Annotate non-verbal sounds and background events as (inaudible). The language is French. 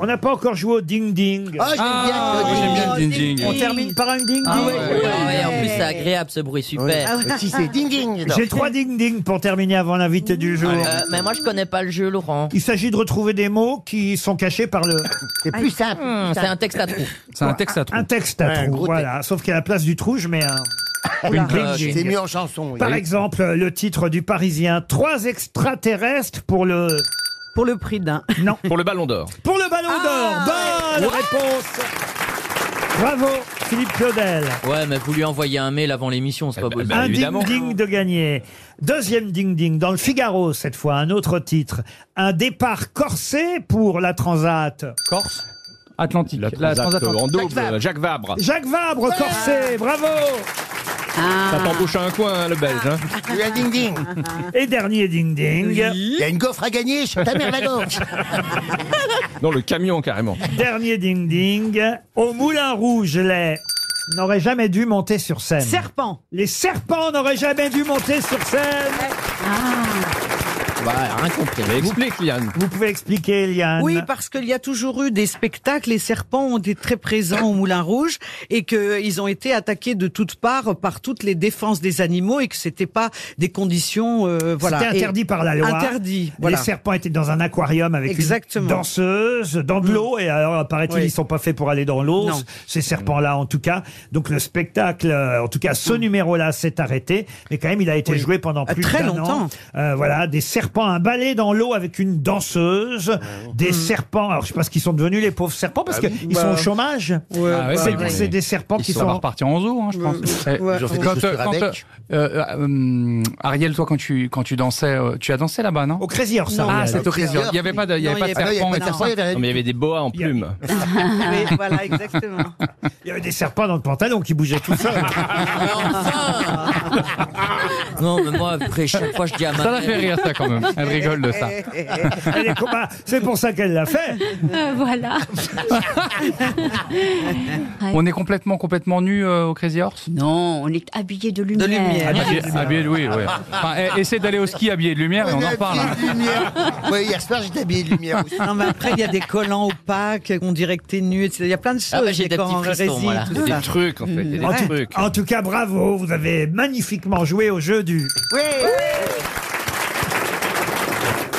On n'a pas encore joué au ding-ding. Ah, j'aime bien le oui, j'aime bien le ding. ding-ding. On termine par un ding-ding. Ah ouais, ouais, ouais, ouais, en plus c'est agréable ce bruit super. Si c'est ding ding. J'ai trois ding-ding pour terminer avant l'invité du jour. Euh, mais moi je connais pas le jeu Laurent. Il s'agit de retrouver des mots qui sont cachés par le, C'est plus simple. Hmm, c'est un texte à trous. C'est un texte à trous. un texte à Ouais, un trous. gros Voilà. Sauf qu'à la place du trou, je mets un. une ding-ding. C'est mieux en chanson. oui. Par exemple, le titre du Parisien Trois extraterrestres pour le. Pour le prix d'un. Non. Pour le ballon d'or. Pour le ballon d'or Bonne réponse Bravo, Philippe Claudel Ouais, mais vous lui envoyez un mail avant l'émission, Eh ben, c'est pas possible. bah, un évidemment. ding-ding de gagné. Deuxième ding-ding dans le Figaro, cette fois, un autre titre. Un départ corsé pour la Transat. Corse. Atlantique. La, La Transat en transatlantique. Jacques double. Vabre. euh, Jacques Vabre. Jacques Vabre, corsé, bravo Ça t'embauche à un coin, hein, le belge. hein. Il y a ding ding. Et dernier ding-ding, Il y a une gaufre à gagner. Je suis ta mère la gaufre. Non, le camion, carrément. dernier ding-ding, au Moulin Rouge, les... n'auraient jamais dû monter sur scène. Serpent. Les serpents n'auraient jamais dû monter sur scène Bah, rien compris. Mais explique, Liane. Vous pouvez expliquer, Eliane Oui, parce qu'il y a toujours eu des spectacles. Les serpents ont été très présents au Moulin Rouge et qu'ils ont été attaqués de toutes parts par toutes les défenses des animaux et que c'était pas des conditions. euh, voilà. C'était Et- interdit par la loi. Interdit. Voilà. Les serpents étaient dans un aquarium avec Exactement. Mm. une danseuse, dans de l'eau, et alors, paraît-il, Oui. ils sont pas faits pour aller dans l'eau, Non. c- ces serpents-là, en tout cas. Donc, le spectacle, euh, en tout cas, ce numéro-là s'est arrêté, mais quand même, il a été Mm. Oui. joué pendant Euh, plus très d'un longtemps. an. Euh, voilà, des serpents, un ballet dans l'eau avec une danseuse, Oh. Mm. des serpents, alors je sais pas ce qu'ils sont devenus, les pauvres serpents, parce Ah qu'ils oui. sont au chômage. bah. Ouais. Ah ouais, c'est bah, c'est des serpents Ils qui sont sont... repartir en zoo, hein, je pense. Eh, ouais. Ils ont fait des quand, chaussures euh, quand, avec. euh, euh, hum, Ariel, toi, quand tu, quand tu dansais, euh, tu as dansé là-bas, non Au Crazy Horse, ça, Non. Ariel. Ah, c'était au Crazy Crazy Horse. Il n'y avait pas de, il y Non, avait pas il y de avait- Ah non, il y a pas serpent. et de tout serpent, ça. il y avait Non, mais il y avait des boas en plumes. Oui, voilà, exactement. Il y avait des serpents dans le pantalon qui bougeaient tout (laughs) seuls. Oh. Non, mais moi après chaque fois je dis à ma Ça la mère- fait rire, ça, quand (laughs) même. Elle rigole de ça. Elle est combat. Ah, C'est pour ça qu'elle l'a fait. Euh, voilà. On est complètement, complètement nus euh, au Crazy Horse Non, on est habillé de De lumière. Ah lumière. bah. Habillé, habillé de- oui, oui. Enfin, eh, essaie d'aller au ski habillé de lumière et on en reparle. hein. de lumière. Oui, hier soir, j'étais habillé de lumière aussi. Non, mais après, il y a des collants opaques, on dirait que t'es nu, etc. Il y a plein de choses. Ah bah, j'ai des des petits corps en frissons, résine, voilà. tout Il y a ça. des trucs, en fait. Il y a En des tout, trucs. en tout cas, bravo, vous avez magnifiquement joué au jeu du...